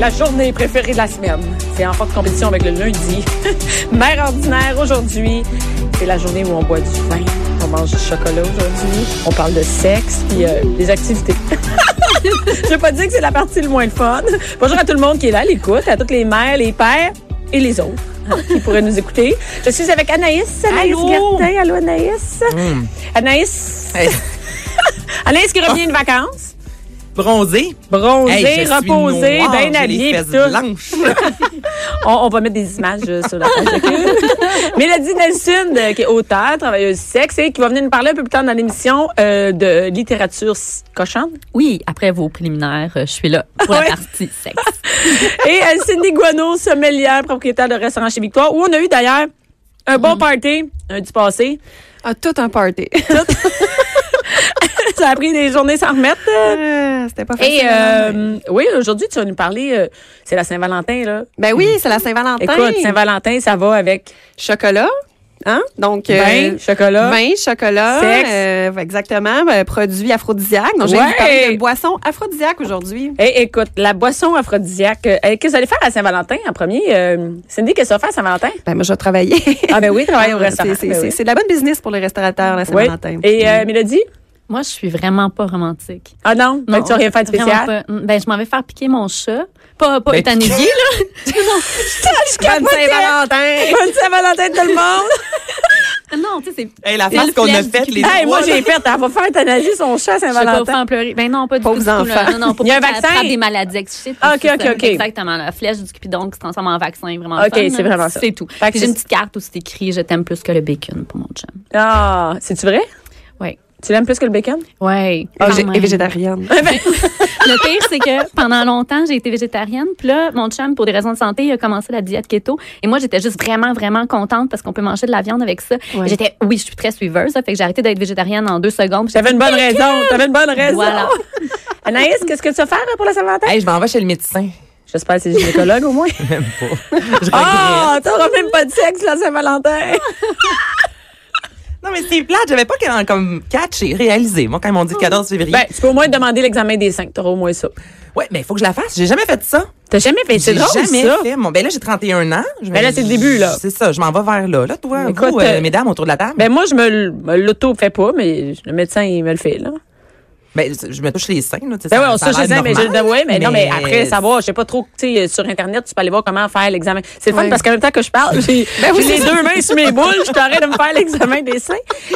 La journée préférée de la semaine, c'est en forte compétition avec le lundi. Mère ordinaire aujourd'hui, c'est la journée où on boit du vin, on mange du chocolat aujourd'hui, on parle de sexe puis euh, des activités. Je veux pas dire que c'est la partie le moins le fun. Bonjour à tout le monde qui est là, à l'écoute, à toutes les mères, les pères et les autres hein, qui pourraient nous écouter. Je suis avec Anaïs, Anaïs Allô. Gertin. Allô Anaïs. Anaïs. Hmm. Hey. Anaïs qui revient de vacances. bronzé. Bronzée, Hey, je suis reposée, noire, bien j'ai habillée. les pis fesses tout. blanches. On, on va mettre des images euh, sur la page. de- Mélodie Nelson, euh, qui est auteure, travailleuse sexe, et qui va venir nous parler un peu plus tard dans l'émission euh, de littérature s- cochonne. Oui, après vos préliminaires, euh, je suis là pour Ouais. la partie sexe. Et euh, Cindy Guano, sommelière, propriétaire de restaurant chez Victoire, où on a eu d'ailleurs un bon party euh, du passé. Ah, tout un party. Ça a pris des journées sans remettre. euh. Euh, C'était pas facile. Et hein, mais- euh, oui, aujourd'hui, tu vas nous parler, euh, c'est la Saint-Valentin, là. ben oui, c'est la Saint-Valentin. Écoute, Saint-Valentin, ça va avec chocolat, hein? Donc, vin, euh, chocolat. vin, chocolat, Sexe. euh, exactement, euh, produits aphrodisiaques. Donc, j'ai Ouais. envie de parler de boissons aphrodisiaques aujourd'hui. Hey, écoute, la boisson aphrodisiaque. euh, hey, qu'est-ce que vous allez faire à Saint-Valentin en premier? Euh, Cindy, qu'est-ce que tu vas faire à Saint-Valentin? Ben, moi, je vais travailler. Ah ben oui, travailler au C'est- restaurant. C'est Ben c'est- oui. c'est de la bonne business pour les restaurateurs, la Oui. Saint-Valentin. Et euh, Mélodie? Moi, je suis vraiment pas romantique. Ah non? Donc, tu vas rien faire de vraiment spécial? pas. Mm, Ben, je m'en vais faire piquer mon chat. Pas, pas Ben, euthanasier, là. bonne Saint-Valentin! Ah, Bonne Saint-Valentin tout le monde! Ah Non, tu sais, c'est. Hey, la Une face qu'on a flèche faite, qui- les hey, moi, trois, là. j'ai fait. Elle va faire euthanasie son chat à Je vais pas vous Saint-Valentin. faire pleurer. Ben non, pas du Pauvres tout, du tout, là. enfants. Non, non, pas Il y a un du tout, ça vaccin? attrape des maladies excites. Ah, c'est ok, ça. ok, ok. Exactement. La flèche du cupidon qui se transforme en vaccin. Vraiment le Ok, fun, là. c'est vraiment ça. C'est tout. Fait que c'est- Puis J'ai une petite carte où c'est écrit Je t'aime plus que le bacon pour mon chum. Ah, c'est-tu vrai? Oui. Tu l'aimes plus que le bacon? Ouais. Ah, quand j'ai- même. Et végétarienne. Le pire, c'est que pendant longtemps, j'ai été végétarienne. Puis là, mon chum, pour des raisons de santé, il a commencé la diète keto. Et moi, j'étais juste vraiment, vraiment contente parce qu'on peut manger de la viande avec ça. Ouais. Et J'étais, oui, je suis très suiveuse. Ça fait que j'ai arrêté d'être végétarienne en deux secondes. Puis T'avais une bonne raison. T'avais une bonne raison. Voilà. Anaïs, qu'est-ce que tu vas faire euh, pour la Saint-Valentin? Hey, je m'en vais chez le médecin. J'espère que c'est gynécologue au moins. Même pas. Je regrette. Ah, t'auras même pas de sexe la Saint-Valentin. Non, mais c'est plate. J'avais pas quand- comme catch et réalisé. Moi, quand ils m'ont dit le 14 février. ben, tu peux au moins demander l'examen des seins. T'auras au moins ça. ouais, mais il faut que je la fasse. J'ai jamais fait ça. T'as jamais fait J'ai c'est drôle, jamais ça? fait. Mon, ben là, j'ai 31 ans. Je Ben me- là, c'est le début, là. C'est ça. Je m'en vais vers là. Là, toi, Écoute, vous, euh, euh, mesdames autour de la table. Ben moi, je me l- me l'auto-fais pas, mais le médecin, il me le fait, là. Ben, je me touche les seins, là. tu sais, Ben ça- oui, on ça se a touche les l'air seins, mais, je, normal, ouais, mais, non, mais après, savoir, je sais pas trop, tu sais, sur Internet, tu peux aller voir comment faire l'examen. C'est le fun Ouais. parce qu'en même temps que je parle, j'ai Ben j'ai les deux mains sur mes boules, je t'arrête de me faire l'examen des seins.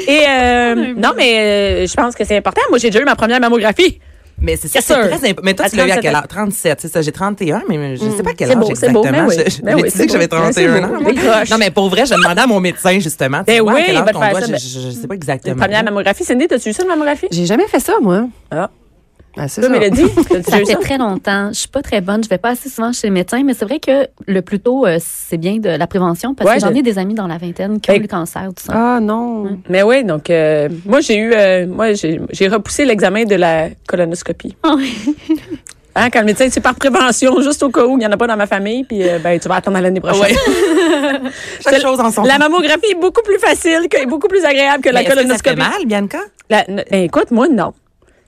Et, euh, non, mais euh, je pense que c'est important. Moi, j'ai déjà eu ma première mammographie. Mais c'est ça, Yes, c'est sir. très important. Mais toi, À tu l'as eu à 37. quel âge? 37, c'est ça. J'ai 31, mais je ne sais pas à quel C'est âge beau, c'est beau, exactement. mais oui. Je- je- Mais oui, mais tu c'est sais que j'avais beau. Mais c'est 31 beau. ans. Oui, croche. Non, mais pour vrai, je demandais à mon médecin, justement. tu Ben vois, à oui, quel âge il va qu'on faire doit, ça, je- ben- je je sais pas Une exactement. première mammographie. Cindy, t'as-tu eu ça, une mammographie? J'ai jamais fait ça, moi. Ah. Ah, c'est Toi, ça. Mélodie, t'as-tu Ça déjà eu fait ça? très longtemps. Je suis pas très bonne. Je vais pas assez souvent chez le médecin, mais c'est vrai que le plus tôt, euh, c'est bien de la prévention parce Ouais, que j'en je- ai des amis dans la vingtaine qui ont Ben- eu le cancer du sang. Ah, non. Mais oui, donc, euh, moi, j'ai eu, euh, moi, j'ai j'ai repoussé l'examen de la colonoscopie. Ah oui. Hein, quand le médecin, c'est par prévention, juste au cas où il n'y en a pas dans ma famille, puis euh, ben, tu vas attendre à l'année prochaine. Ouais. Chaque C'est- chose en son La temps. mammographie est beaucoup plus facile que, et beaucoup plus agréable que Mais la est-ce que ça te fait colonoscopie. mal, Bianca? La- n- ben, écoute, moi, non.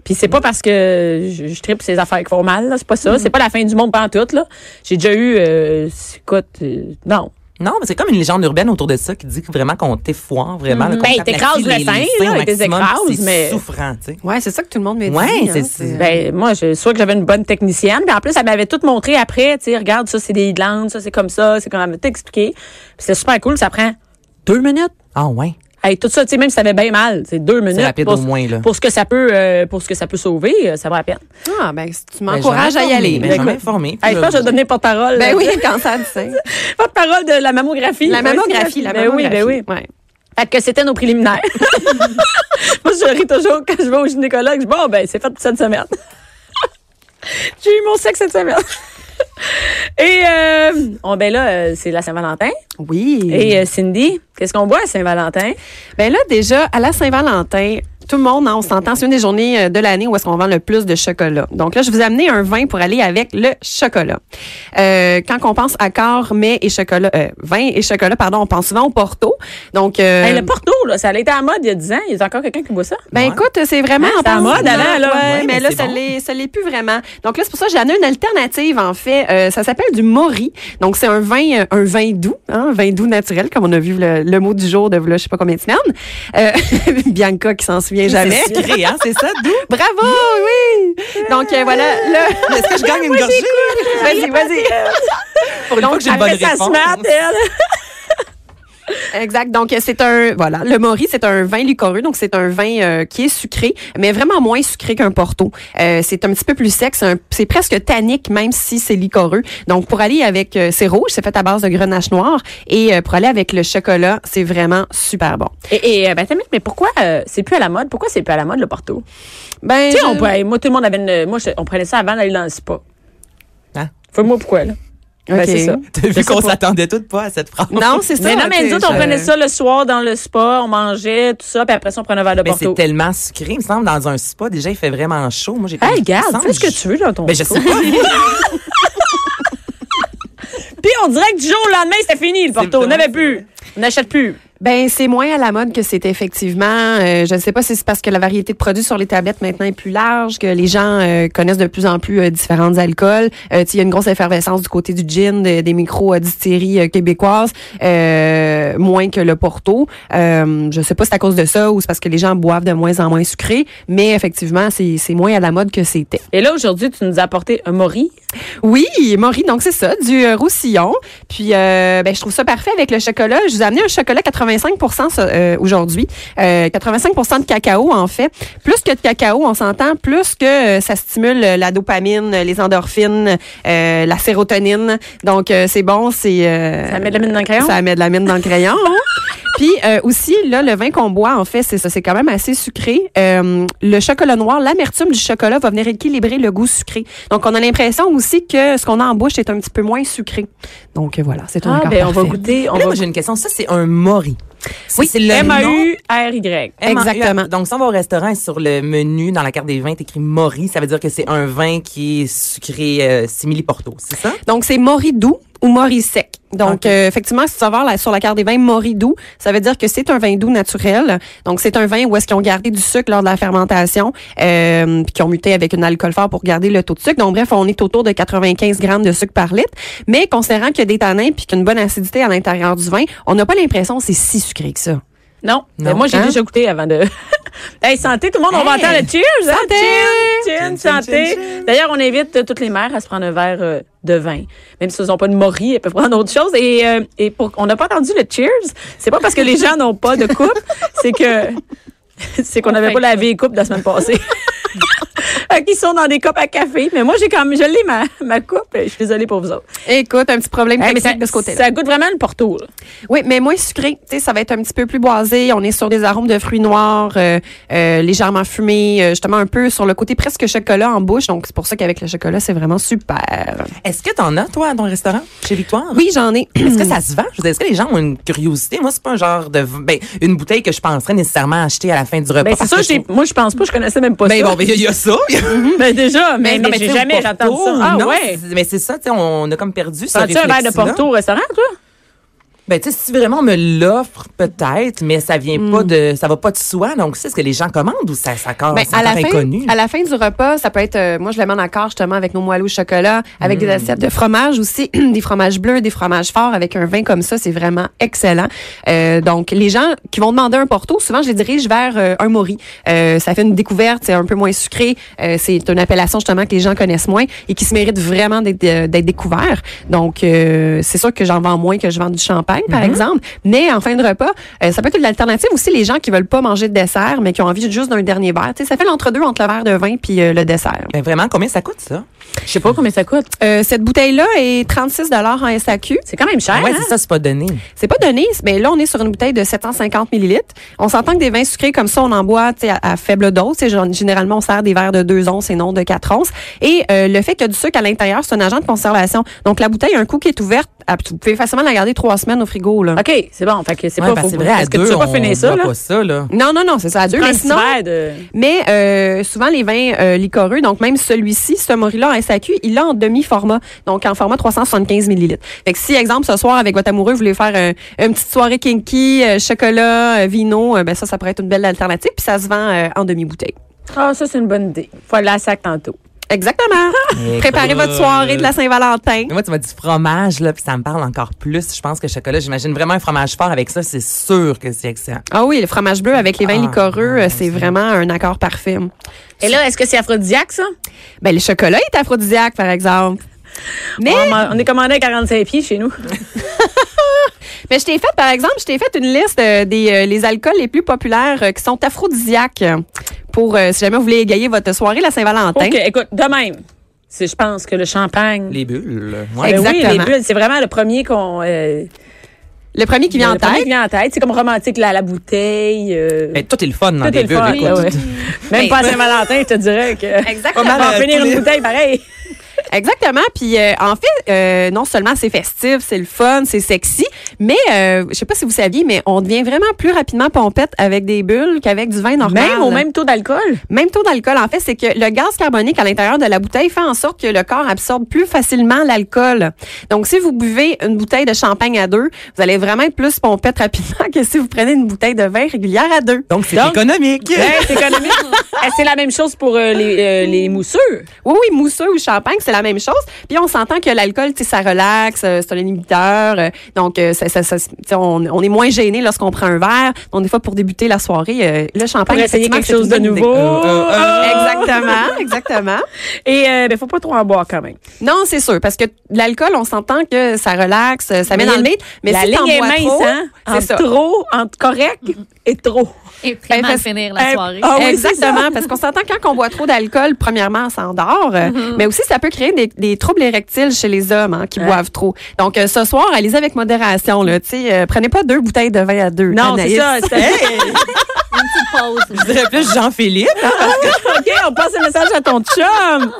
Puis c'est pas parce que je, je tripe ces affaires qui font mal, là, c'est pas ça. Mm-hmm. C'est pas la fin du monde pantoute, là. J'ai déjà eu, euh, c'est- écoute, euh, non. Non, mais c'est comme une légende urbaine autour de ça qui dit que vraiment qu'on t'effoie, vraiment. là, qu'on Ben, il t'aplatit t'écrase le les- les sein, seins au là, il t'écrase, maximum, puis mais- C'est souffrant, tu sais. Ouais, c'est ça que tout le monde me dit. Ouais, hein, c'est- Ben, moi, je, soit que j'avais une bonne technicienne, puis en plus, elle m'avait tout montré après, tu sais, regarde, ça, c'est des glandes, ça, c'est comme ça, c'est comme elle m'a tout expliqué. Puis c'est super cool, ça prend deux minutes. Ah, ouais. Hey, tout ça, tu sais, même si ça avait bien mal, c'est deux minutes. rapide pour, au moins, là. Pour ce que ça peut, euh, pour ce que ça peut sauver, euh, ça va à peine. Ah, Ben, ben, si tu je vais m'encourages à y m'informer, aller. ben, je vais m'informer. Hey, je pense que je vais donner porte-parole. euh, Ben oui, cancer du sein. Porte-parole de la mammographie. La mammographie, la Ben mammographie. Oui, ben oui. Ouais. Fait que c'était nos préliminaires. Moi, je ris toujours quand je vais au gynécologue. Je dis, bon, ben, c'est fait pour cette semaine. J'ai eu mon sexe cette semaine. Et euh, on, ben là, euh, c'est la Saint-Valentin. Oui. Et euh, Cindy, qu'est-ce qu'on boit à Saint-Valentin? Ben là, déjà, à la Saint-Valentin, tout le monde, hein, on s'entend, c'est une des journées euh, de l'année où est-ce qu'on vend le plus de chocolat. Donc là, je vous ai amené un vin pour aller avec le chocolat. Euh, quand on pense à corps, mets et chocolat, euh, vin et chocolat, pardon, on pense souvent au Porto. Donc, euh, Hey, le Porto, là, ça a été à la mode il y a 10 ans. Il y a encore quelqu'un qui boit ça? ben écoute, c'est vraiment Hein, en c'est à mode avant, là. Ouais, Ouais, mais mais là, c'est Ben, ça bon. l'est, ça l'est plus vraiment. Donc là, c'est pour ça que j'ai amené une alternative en fait. Euh, ça s'appelle du mori. Donc c'est un vin, euh, un vin doux, hein, un vin doux naturel, comme on a vu le, le mot du jour de là, je sais pas combien de semaines. Euh, Bianca qui s'en souvient jamais. C'est sucré, hein, c'est ça, doux. Bravo, oui. Donc euh, voilà, là, Est-ce que je gagne une gorgée? vas-y, vas-y. Pour une fois que j'ai une bonne Après, ça se réponse. met à terre. Exact. Donc, euh, c'est un, voilà, le Mori, c'est un vin licoreux. Donc, c'est un vin euh, qui est sucré, mais vraiment moins sucré qu'un Porto. Euh, c'est un petit peu plus sec. C'est un- C'est presque tannique, même si c'est licoreux. Donc, pour aller avec, euh, c'est rouge, c'est fait à base de grenache noire. Et euh, pour aller avec le chocolat, c'est vraiment super bon. Et, et euh, ben, attends une minute, mais pourquoi euh, c'est plus à la mode? Pourquoi c'est plus à la mode, le Porto? Ben, Tu sais, on je- prenait, moi, tout le monde avait une, moi, je- on prenait ça avant d'aller dans le spa. Hein? Fais-moi pourquoi, là. Ben, Ok. c'est ça. T'as Je sais vu qu'on pas. s'attendait toutes pas à cette phrase. Non, c'est ça. Mais non, mais tu nous sais, autres, on je- prenait ça le soir dans le spa, on mangeait, tout ça, puis après ça, on prenait un verre de Mais Porto. c'est tellement sucré, il me semble, dans un spa, déjà, il fait vraiment chaud. Moi, j'ai Hey, il me regarde, semble fais ce que je- tu veux dans ton Mais je spa. sais pas. Puis on dirait que du jour au lendemain, c'était fini, le Porto. On vraiment- n'avait plus. On n'achète plus. Ben, c'est moins à la mode que c'était effectivement. Euh, je ne sais pas si c'est parce que la variété de produits sur les tablettes maintenant est plus large, que les gens euh, connaissent de plus en plus euh, différents alcools. Euh, tu sais, Il y a une grosse effervescence du côté du gin, de- des micro-distilleries québécoises, euh, moins que le Porto. Euh, je sais pas si c'est à cause de ça ou c'est parce que les gens boivent de moins en moins sucré, mais effectivement, c'est c'est moins à la mode que c'était. Et là, aujourd'hui, tu nous as apporté un mori. Oui, Maury, donc c'est ça, du euh, roussillon. Puis, euh, ben, je trouve ça parfait avec le chocolat. Je vous ai amené un chocolat 85 ce- euh, aujourd'hui. Euh, 85 de cacao, en fait. Plus que de cacao, on s'entend, plus que euh, ça stimule euh, la dopamine, euh, les endorphines, euh, la sérotonine. Donc, euh, c'est bon, c'est... euh, Ça met de la mine dans le crayon? Ça met de la mine dans le crayon. hein. Puis euh, aussi, là, le vin qu'on boit, en fait, c'est ça, c'est quand même assez sucré. Euh, le chocolat noir, l'amertume du chocolat va venir équilibrer le goût sucré. Donc, on a l'impression aussi que ce qu'on a en bouche est un petit peu moins sucré. Donc, euh, voilà, c'est un Ah, accord ben, on parfait. va goûter. On Là, va moi, j'ai une question. Ça, c'est un mori. Oui, c'est le nom. M-A-U-R-Y. M.A.U.. Exactement. Donc, si on va au restaurant et sur le menu, dans la carte des vins, est écrit mori, ça veut dire que c'est un vin qui est sucré euh, simili porto, c'est ça? Donc, c'est mori doux ou mori sec. Donc, Ok. euh, effectivement, si tu vas voir là, sur la carte des vins mori doux, ça veut dire que c'est un vin doux naturel. Donc, c'est un vin où est-ce qu'ils ont gardé du sucre lors de la fermentation, euh, puis qu'ils ont muté avec un alcool fort pour garder le taux de sucre. Donc, bref, on est autour de 95 grammes de sucre par litre. Mais considérant qu'il y a des tanins puis qu'une bonne acidité à l'intérieur du vin, on n'a pas l'impression que c'est si sucré que ça. Non. Mais Non. moi, j'ai Hein? déjà goûté avant de. hey, santé, tout le monde, on va Hey! entendre le cheers, hein? Santé! Cheers! Cheers, Chin, chin, santé! chin, chin. D'ailleurs, on invite euh, toutes les mères à se prendre un verre euh, de vin. Même si elles n'ont pas de mori, elles peuvent prendre autre chose. Et, euh, et pour, on n'a pas entendu le cheers. C'est pas parce que les gens n'ont pas de coupe, c'est que. C'est qu'on n'avait pas lavé les coupes la semaine passée. Qui sont dans des copes à café. Mais moi, j'ai quand même, je l'ai ma, ma coupe. Je suis désolée pour vous autres. Écoute, un petit problème Hey, mais technique ça, de ce côté-là. ça goûte vraiment le porto. là. Oui, mais moins sucré. Tu sais, ça va être un petit peu plus boisé. On est sur des arômes de fruits noirs, euh, euh, légèrement fumés, euh, justement un peu sur le côté presque chocolat en bouche. Donc, c'est pour ça qu'avec le chocolat, c'est vraiment super. Est-ce que t'en as, toi, à ton restaurant, chez Victoire? Oui, j'en ai. Est-ce que ça se vend? Je veux dire, est-ce que les gens ont une curiosité? Moi, c'est pas un genre de, v- ben, une bouteille que je penserais nécessairement acheter à la fin du repas. Ben, c'est parce ça, que je j'ai- trouve- moi, je pense pas, je connaissais même pas Ben, ça. bon, ben, il y a ça. Ben déjà, mais, mais, non, j'ai tu sais, jamais au j'entends Porto, ça. Ah non, ouais. c'est- Mais c'est ça, tu sais, on a comme perdu ça. Prends-tu un verre de Porto au restaurant, toi? Ben, tu sais, si vraiment on me l'offre, peut-être, mais ça vient pas Hmm. de, ça va pas de soi. Donc, c'est ce que les gens commandent ou Ah, ça, ça corps, Ben, c'est à, la encore fin, inconnu. à la fin du repas, ça peut être, euh, moi je le mets en accord justement avec nos moelleux au chocolat, avec des assiettes de fromage aussi, des fromages bleus, des fromages forts, avec un vin comme ça, c'est vraiment excellent. Euh, donc les gens qui vont demander un porto, souvent je les dirige vers euh, un mori. Euh, ça fait une découverte, c'est un peu moins sucré, euh, c'est une appellation justement que les gens connaissent moins et qui se mérite vraiment d'être euh, d'être découvert. Donc euh, c'est sûr que j'en vends moins que je vends du champagne champagne, par exemple. Mais en fin de repas, euh, ça peut être de l'alternative aussi les gens qui veulent pas manger de dessert, mais qui ont envie juste d'un dernier verre. Tu sais, ça fait l'entre-deux entre le verre de vin puis euh, le dessert. Ben, vraiment, combien ça coûte, ça? Je sais pas combien ça coûte. Euh, cette bouteille-là est 36 en SAQ. C'est quand même cher. Ah ouais, hein? c'est ça, c'est pas donné. C'est pas donné, mais là, on est sur une bouteille de 750 millilitres. On s'entend que des vins sucrés comme ça, on en boit tu sais, à, à faible dose. Tu sais, genre, Généralement, on sert des verres de 2 onces et non de 4 onces. Et euh, le fait qu'il y a du sucre à l'intérieur, c'est un agent de conservation. Donc, la bouteille, un coup qui est ouverte, ah, puis vous pouvez facilement la garder trois semaines au frigo. Là. OK, c'est bon. Fait que c'est Ouais, pas parce faux. que c'est vrai, à Est-ce que deux, tu vas pas on finir ça, boit là? Ah, pas ça, là. Non, non, non, c'est ça, à deux. Prends Mais un sinon, petit verre de- mais euh, souvent, les vins euh, liquoreux, donc même celui-ci, ce Morilla en SAQ, il l'a en demi-format, donc en format 375 millilitres. Fait que si, exemple, ce soir, avec votre amoureux, vous voulez faire un- une petite soirée kinky, euh, chocolat, euh, vino, euh, ben ça, ça pourrait être une belle alternative, puis ça se vend euh, en demi-bouteille. Ah, ça, c'est une bonne idée. Faut aller à la sac tantôt. Exactement. Préparez votre soirée de la Saint-Valentin. Mais Moi, tu m'as dit fromage, là, puis ça me parle encore plus. Je pense que chocolat, j'imagine vraiment un fromage fort avec ça, c'est sûr que c'est excellent. Ah oui, le fromage bleu avec les vins Ah, liquoreux, euh, c'est c'est- vraiment un accord parfait. Et là, est-ce que c'est aphrodisiaque, ça? Ben, le chocolat est aphrodisiaque, par exemple. Mais Eh! On en- On est commandé à 45 pieds chez nous. Mais je t'ai fait, par exemple, je t'ai fait une liste euh, des euh, les alcools les plus populaires euh, qui sont aphrodisiaques euh, pour euh, si jamais vous voulez égayer votre soirée la Saint-Valentin. OK, écoute, de même. C'est- Je pense que le champagne. Les bulles. Ben Ouais. Exact. Oui, les Exactement. bulles, c'est vraiment le premier qu'on. euh, Le premier qui vient le en premier qui tête. vient en tête. C'est comme romantique, la, la bouteille. euh, Ben, tout est le fun dans tout des est le bulles. fun, écoute. là, ouais. Même pas à Saint-Valentin, je te dirais que. Exactement. On va en finir tous une les- bouteille pareil. Exactement. Puis euh, en fait, euh, non seulement c'est festif, c'est le fun, c'est sexy, mais euh, je sais pas si vous saviez, mais on devient vraiment plus rapidement pompette avec des bulles qu'avec du vin normal. Même au même taux d'alcool. Même taux d'alcool, en fait, c'est que le gaz carbonique à l'intérieur de la bouteille fait en sorte que le corps absorbe plus facilement l'alcool. Donc, si vous buvez une bouteille de champagne à deux, vous allez vraiment être plus pompette rapidement que si vous prenez une bouteille de vin régulière à deux. Donc, c'est Donc- économique. Ouais, c'est économique. Eh, c'est la même chose pour euh, les, euh, les mousseux. Oui, oui, mousseux ou champagne, c'est la même chose. Puis on s'entend que l'alcool, tu sais, ça relaxe, euh, c'est un inhibiteur. euh, Donc, euh, ça, ça, ça- tu sais, on, on est moins gêné lorsqu'on prend un verre. Donc, des fois, pour débuter la soirée, euh, le champagne, Pour essayer effectivement, quelque c'est une chose de bonne idée. nouveau. Euh, euh, Exactement, exactement. Et euh, ben, faut pas trop en boire quand même. Non, c'est sûr, parce que l'alcool, on s'entend que ça relaxe, euh, ça met Mais dans le mythe, mais la si t'en ligne est bois mince, trop, hein? c'est Entre ça. trop, entre correct et trop. Et très mal parce- finir la eh, soirée. ah oui, c'est ça. Exactement, parce qu'on s'entend quand on boit trop d'alcool, premièrement, on s'endort, euh, mais aussi ça peut créer des, des troubles érectiles chez les hommes hein, qui Mm-hmm. Ouais. boivent trop. Donc euh, ce soir, allez-y avec modération, là, tu sais, euh, prenez pas deux bouteilles de vin à deux. Non, c'est Anaïs. ça. c'est- Une petite pause. Je dirais plus Jean-Philippe. hein, parce que- OK, on passe le message à ton chum.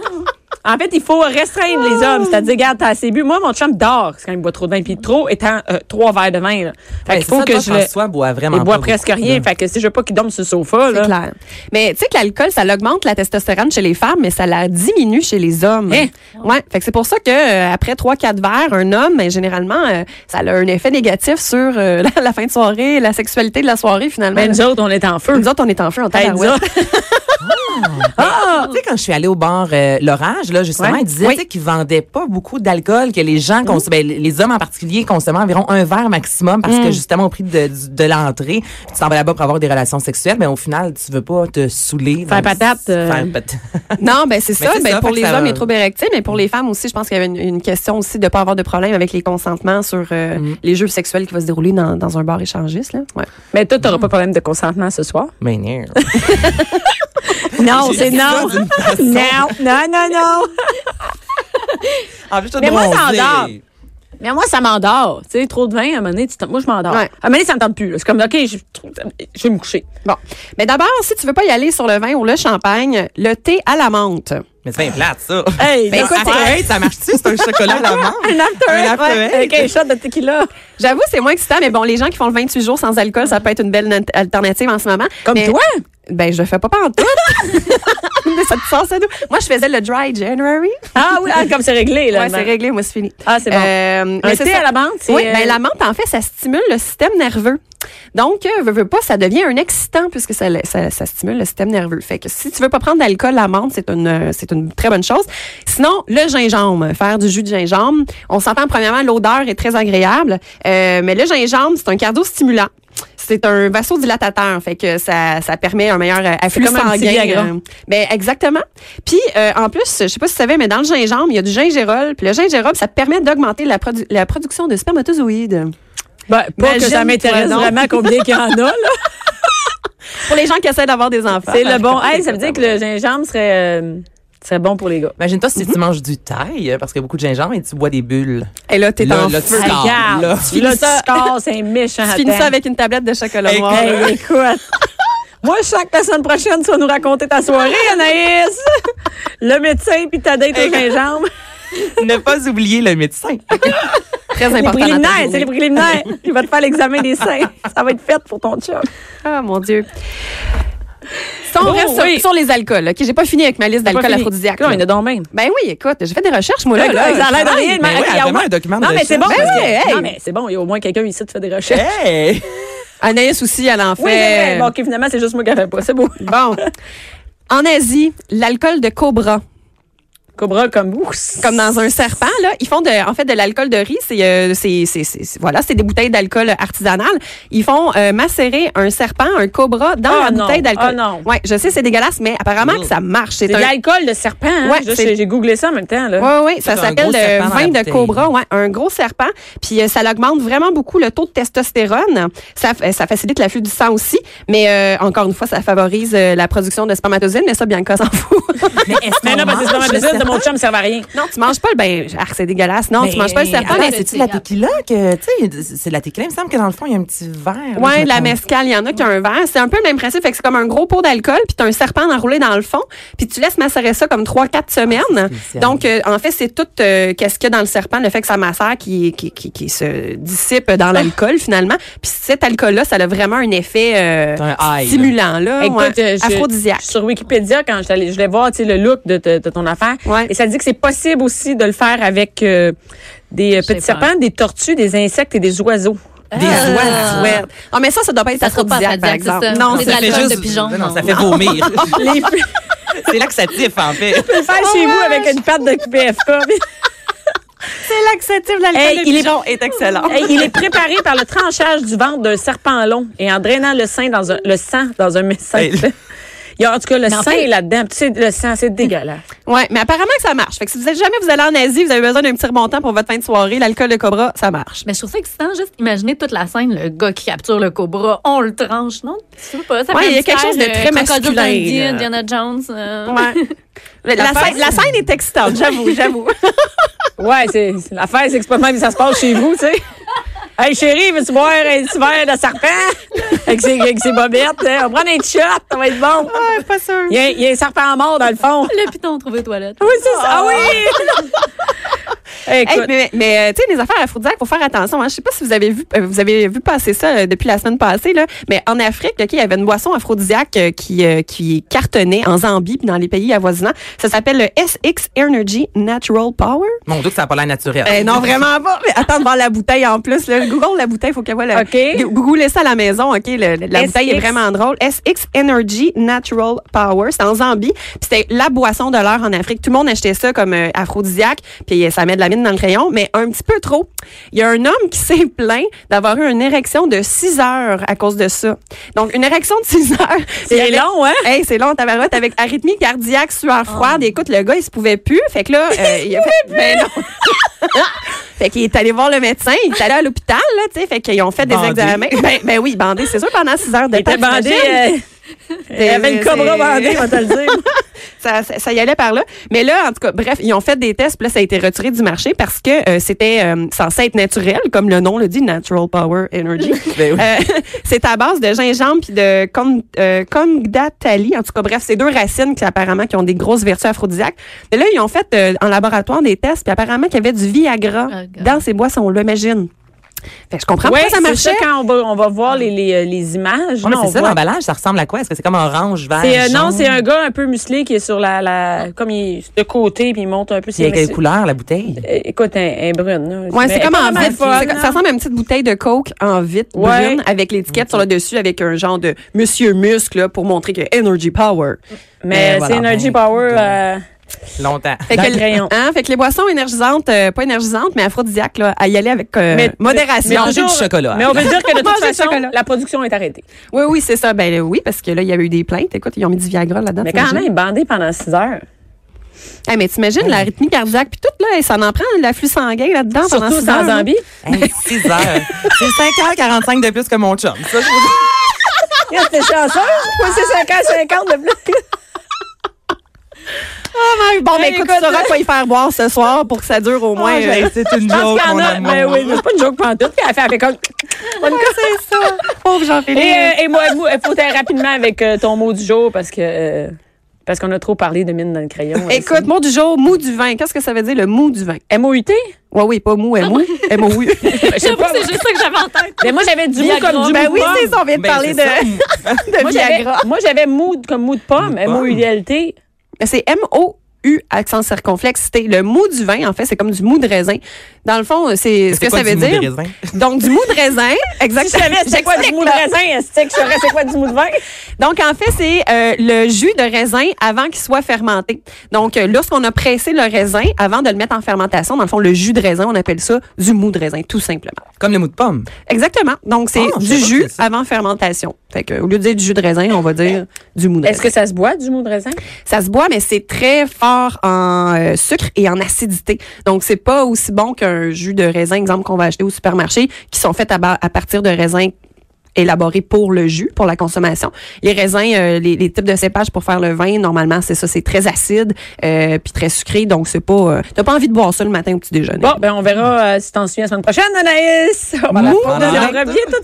En fait, il faut restreindre les hommes. C'est-à-dire, regarde, t'as assez bu. Moi, mon chum dort quand il boit trop de vin. Puis trop étant euh, trois verres de vin. là. Fait Ben, qu'il c'est faut ça, que toi, je le... François boit vraiment Il boit pas presque beaucoup, rien. là. Fait que si je veux pas qu'il dorme sur le sofa, C'est là. clair. Mais tu sais que l'alcool, ça augmente la testostérone chez les femmes, mais ça la diminue chez les hommes. Hein? Ouais, fait que c'est pour ça que euh, après 3 4 verres, un homme, ben, généralement euh, ça a un effet négatif sur euh, la, la fin de soirée, la sexualité de la soirée finalement. Ben, nous autres, on est en feu. nous autres, on est en feu en Hey, nous tabarouette. autres, Ah! Tu sais, quand je suis allée au bar euh, L'Orage, là, justement, Ouais. ils disaient Oui. tu sais, qu'ils vendaient pas beaucoup d'alcool, que les gens consommaient, ben, les hommes en particulier consommaient environ un verre maximum parce que, justement, au prix de, du- de l'entrée, tu t'en vas là-bas pour avoir des relations sexuelles, mais au final, tu veux pas te saouler. Faire Donc, patate, euh. Faire patate. Non, ben c'est Mais ça. c'est Ben, ça, pour fait que les ça hommes, va. les troubles érectiles, mais pour les femmes aussi, je pense qu'il y avait une, une question aussi de pas avoir de problème avec les consentements sur euh, les jeux sexuels qui vont se dérouler dans, dans un bar échangiste. Là. Ouais. Mais toi, t'auras pas de problème de consentement ce soir. Mais non. Non, J'ai c'est dit ça non. d'une façon- Non, non, non, non. En plus, toi, Mais moi, bronzée. j'endors. Mais moi, ça m'endort. Tu sais, trop de vin, à un moment donné, tu t'en- moi, je m'endors. Ouais. À un moment donné, ça me tente plus. là. C'est comme, OK, je, je vais me coucher. Bon. Mais d'abord, si tu veux pas y aller sur le vin ou le champagne, le thé à la menthe. Mais c'est bien plate, ça. Hey, Ben, non, écoute, after hey, ça marche-tu? C'est un chocolat à la menthe? Euh, Un after, Un after ouais, eight. avec un shot de tequila. J'avoue, c'est moins excitant, mais bon, les gens qui font le 28 jours sans alcool, ça peut être une belle nat- alternative en ce moment. Comme Mais- toi? Ben, je le fais pas en tout. mais ça te sort, ça d'où? Moi, je faisais le dry January. Ah oui, ah, comme c'est réglé, là. Ouais, c'est réglé, moi, c'est fini. Ah, c'est bon. Euh, Un mais c'est thé ça. à la menthe, c'est, Oui, euh, ben, la menthe, en fait, ça stimule le système nerveux. Donc, euh, veux, veux pas, ça devient un excitant puisque ça, ça, ça stimule le système nerveux. Fait que si tu veux pas prendre d'alcool, la menthe, c'est une, euh, c'est une très bonne chose. Sinon, le gingembre, faire du jus de gingembre. On s'entend, premièrement, l'odeur est très agréable, euh, mais le gingembre, c'est un cardio-stimulant. C'est un vasodilatateur, fait que ça, ça permet un meilleur euh, afflux comme un petit sanguin. Viagra. euh, ben exactement. Puis euh, en plus, je sais pas si tu savais, mais dans le gingembre, il y a du gingérol. Puis le gingérol, ça permet d'augmenter la, produ- la production de spermatozoïdes. Ben, pas que Imagine, ça m'intéresse toi donc. vraiment combien qu'il y en a, là. Pour les gens qui essaient d'avoir des enfants. C'est le bon. Hey, ça veut dire que le gingembre serait, euh, serait bon pour les gars. Imagine-toi si tu manges du taille, parce qu'il y a beaucoup de gingembre et tu bois des bulles. Et là, t'es Là, en là, feu. tu sors, Regarde, là. tu finis ça. Oh, c'est méchant. Tu finis attends. ça avec une tablette de chocolat Hey, noir. Hey, écoute. Moi, je sens que la semaine prochaine, tu vas nous raconter ta soirée, Anaïs. Le médecin puis ta date au gingembre. ne pas oublier le médecin. Très Les important. dans ta préliminaires, journée. c'est les préliminaires. Il va te faire l'examen des seins. Ça va être fait pour ton chum. Ah, mon Dieu. Si on Bon, reste sur- Oh, oui. sur, les alcools, OK? J'ai pas fini avec ma liste Pas d'alcool fini. aphrodisiaque. Non, il y en a donc même. Ben oui, écoute, j'ai fait des recherches, moi, là. Écoute, là ça a l'air de je- rien, mais oui, ok, elle au demande moins- un document de Non, mais c'est bon. recherche. parce Ben que- oui, Non, hey. mais c'est bon. Il y a au moins quelqu'un ici qui fait des recherches. Hey! Anaïs aussi, elle en fait. Eh Oui, ben, c'est vrai. Bon, OK, finalement, c'est juste moi qui n'avais pas. C'est beau. Bon. En Asie, l'alcool de cobra, Cobra comme ouf. comme dans un serpent, là, ils font de, en fait de l'alcool de riz. C'est, euh, c'est, c'est, c'est- c'est- voilà, c'est des bouteilles d'alcool artisanal. Ils font euh, macérer un serpent, un cobra, dans Ah la non, bouteille d'alcool. ah non. Ouais, je sais, c'est dégueulasse, mais apparemment que ça marche. C'est C'est de un l'alcool de serpent. hein. Ouais, Je- c'est- J'ai googlé ça en même temps. Là. Oui, oui, ça C'est un s'appelle gros le serpent dans la vin de bouteille. cobra, ouais, un gros serpent. Puis euh, ça augmente vraiment beaucoup le taux de testostérone. Ça, f- euh, ça facilite l'afflux du sang aussi, mais euh, encore une fois, ça favorise euh, la production de spermatozoïdes, mais ça, Bianca s'en fout. Mais est-ce Mais non, parce que c'est vraiment mange le plaisir de serpent? mon chum, ça ne sert à rien. non, tu manges pas le ben, arc, c'est dégueulasse. Non, tu Mais- manges pas le serpent, Attends, mais c'est-tu de la tequila que, tu sais, c'est de la tequila. Il me semble que dans le fond, il y a un petit verre. Ouais, Ah, Je de la me trompe. mescale, il y en a qui ont un verre. C'est un peu le même principe, fait que c'est comme un gros pot d'alcool, puis t'as un serpent enroulé dans le fond, puis tu laisses macérer ça comme 3-4 semaines. Ah, spécial. Donc, euh, en fait, c'est tout euh, qu'est-ce qu'il y a dans le serpent, le fait que ça macère qui, qui, qui, qui se dissipe dans Ah. l'alcool, finalement. Puis cet alcool-là, ça a vraiment un effet euh, C'est un high, stimulant, là, ouais, Écoute, euh, je- aphrodisiaque. Sur Wikipédia, quand je, je voulais voir tu sais, le look de, te- de ton affaire, Ouais. et ça dit que c'est possible aussi de le faire avec euh, des euh, sais petits pas. serpents, des tortues, des insectes et des oiseaux. Des oiseaux. Ouais. Ah, mais ça, ça doit pas être Ça sera pas aphrodisiaque, par aphrodisiaque, exemple. c'est ça. Non, C'est c'est de Ça fait l'alcool de juste- pigeon, Non, non. ça fait vomir. Les filles, c'est laxatif, en fait. le faire chez vous avec une patte de PFK. c'est l'acceptif, l'alcool Hey, de il est- pigeon est excellent. Hey, il est préparé par le tranchage du ventre d'un serpent long et en drainant le, sein dans un, le sang dans un message. Hey. Il y a en tout cas le en sein fait- là-dedans. Tu sais, le sang, c'est dégueulasse. Ouais, mais apparemment que ça marche. Fait que si vous êtes jamais vous allez en Asie, vous avez besoin d'un petit remontant pour votre fin de soirée, l'alcool de cobra, ça marche. Mais je trouve ça excitant, juste imaginer toute la scène, le gars qui capture le cobra, on le tranche, non? Tu veux pas, ça Ouais, fait il y a un petit quelque air, chose de euh, très Crocodile masculin, Dundee, là. Indiana Jones. euh. Ouais. la, scène, la scène est excitante, j'avoue, j'avoue. Ouais, c'est c'est- l'affaire, c'est que c'est pas de même que ça se passe chez vous, tu sais. Hey chérie, veux-tu boire un petit verre de serpent avec ses, avec ses bobettes? hein? On va prendre un petit shot, ça va être bon. pas sûr. Il y, a, il y a un serpent mort dans le fond. Le piton trouvé aux toilettes. Oui, c'est ça. Ah oui! Hey, Écoute, mais mais, euh, tu sais, les affaires aphrodisiaques, faut faire attention. Hein. Je sais pas si vous avez vu, euh, vous avez vu passer ça euh, depuis la semaine passée, là, mais en Afrique, là, OK, il y avait une boisson aphrodisiaque euh, qui, euh, qui cartonnait en Zambie puis dans les pays avoisinants. Ça s'appelle le SX Energy Natural Power. Mon Dieu, que ça n'a pas l'air naturel. Ben non, vraiment pas. Mais attends de voir la bouteille en plus. Là. Google la bouteille, faut qu'elle voit la. OK. Go- Googlez ça à la maison, OK? le- le- la SX. bouteille est vraiment drôle. SX Energy Natural Power. C'est en Zambie. Puis c'était la boisson de l'heure en Afrique. Tout le monde achetait ça comme euh, aphrodisiaque. Puis euh, ça met de la mine dans le crayon, mais un petit peu trop. Il y a un homme qui s'est plaint d'avoir eu une érection de 6 heures à cause de ça. Donc, une érection de 6 heures. Il y c'est avait- long, hein? Oh. Hey, c'est long, tabarouette, avec arythmie cardiaque, sueur froide. Écoute, le gars, il se pouvait plus. Fait que là, euh, il a fait, ben non. fait qu'il est allé voir le médecin, il est allé à l'hôpital, là, tu sais. Fait qu'ils ont fait des Bandé. examens. Ben, ben oui, bandé, c'est sûr, pendant six heures de Il était temps. bandé. j'imagine. euh, Il y avait une cobra bandée, on va te le dire. Ça, ça, ça y allait par là. Mais là, en tout cas, bref, ils ont fait des tests, puis là, ça a été retiré du marché parce que euh, c'était euh, censé être naturel, comme le nom le dit, Natural Power Energy. Ben oui. Euh, c'est à base de gingembre puis de con- euh, condatali. En tout cas, bref, c'est deux racines qui apparemment qui ont des grosses vertus aphrodisiaques. Mais là, ils ont fait euh, en laboratoire des tests, puis apparemment qu'il y avait du Viagra Oh, God. dans ces boissons, on l'imagine. Fait que je comprends Ah, Ouais, pas ça c'est marchait. Ah ça quand on va, on va voir les, les, euh, les images. Ouais, mais là, on c'est ça, voit. l'emballage, ça ressemble à quoi? Est-ce que c'est comme orange, vert? C'est, euh, non, jaune? c'est un gars un peu musclé qui est sur la, la comme il est de côté puis il monte un peu. Il y ses a quelle muscles. couleur, la bouteille? Euh, Écoute, un, un brune. là. Ouais, c'est Mais comme pas en vraiment vitre. folle, C'est- non. Ça ressemble à une petite bouteille de coke en vitre Ouais. brune avec l'étiquette sur le dessus avec un genre de monsieur muscle là, pour montrer que energy power. Mais Mais c'est voilà, Energy ben, Power. donc. euh, Longtemps. Fait Dans que, le le- crayon. hein, fait que les boissons énergisantes, euh, pas énergisantes, mais aphrodisiaques, là, à y aller avec euh, mais- mais modération. manger toujours- du chocolat. Mais on veut dire que de toute hein. Manger du façon, chocolat. Ah, la production est arrêtée. Oui, oui, c'est ça. Ben euh, oui, parce que là, il y a eu des plaintes. Écoute, ils ont mis du Viagra là-dedans. Mais quand t'imagines? même, bandé pendant 6 heures. Hey, mais t'imagines la rythmie cardiaque, puis tout, là, ça en prend l'afflux sanguin là-dedans pendant Surtout six heures, sans là. Zambie. 6 heures. C'est 5h45 de plus que mon chum. Ça, je vous dis. C'était chanceux. Moi, c'est 50-50 de plus. Ah, Bon, ben, Hey, écoute, écoute, Ah, tu sauras quoi y faire boire ce soir pour que ça dure au moins. Ouais, euh, ben, c'est Je une pense joke, qu'il y en mon a. amour. Ben oui, mais c'est pas une joke pantoute. Puis elle fait, elle fait comme. c'est ça. Pauvre Jean-Philippe. Et, euh, et moi, moi, faut aller rapidement avec euh, ton mot du jour parce que. euh, parce qu'on a trop parlé de mine dans le crayon. euh, Écoute, mot du jour, mou du vin. Qu'est-ce que ça veut dire, le mou du vin? Eh, c'est- MOUT? Ah, Ouais, oui, pas mou, mou, Eh, mou. Je sais pas. C'est juste ça que j'avais en tête. Mais Ben, moi, j'avais du mou Viagra. comme du Ben mou de oui, pomme. c'est ça, on vient de Ben, parler c'est ça. de, de Moi, j'avais- Viagra. Moi, j'avais mou comme mou de pomme, pomme. M-O-U-D-L-T. Mais C'est M-O-U, accent circonflexe. C'était le mou du vin, en fait, c'est comme du mou de raisin. Dans le fond, euh, c'est ce C'est que quoi ça du veut mou de dire. raisin? Donc, du mou de raisin, Si je exactement. savais c'était quoi du J'explique, mou de là. raisin, est-ce que je saurais c'est quoi du mou de vin? Donc, en fait, c'est euh, le jus de raisin avant qu'il soit fermenté. Donc, euh, lorsqu'on a pressé le raisin, avant de le mettre en fermentation, dans le fond, le jus de raisin, on appelle ça du mou de raisin, tout simplement. Comme le mou de pomme. Exactement. Donc, c'est Ah, je du sais pas jus que c'est ça. avant fermentation. Fait que, au lieu de dire du jus de raisin, on va dire du mou de Est-ce raisin. que ça se boit, du mou de raisin? Ça se boit, mais c'est très fort en euh, sucre et en acidité. Donc, c'est pas aussi bon qu'un jus de raisin, exemple, qu'on va acheter au supermarché, qui sont faits à, ba- à partir de raisins élaborés pour le jus, pour la consommation. Les raisins, euh, les, les types de cépages pour faire le vin, normalement, c'est ça, c'est très acide euh, puis très sucré, donc c'est pas... euh, T'as pas envie de boire ça le matin au petit déjeuner. ben, Bon, ben on verra euh, si t'en souviens la semaine prochaine, Anaïs. On va la Mou prendre de et on raisin. revient tout de suite.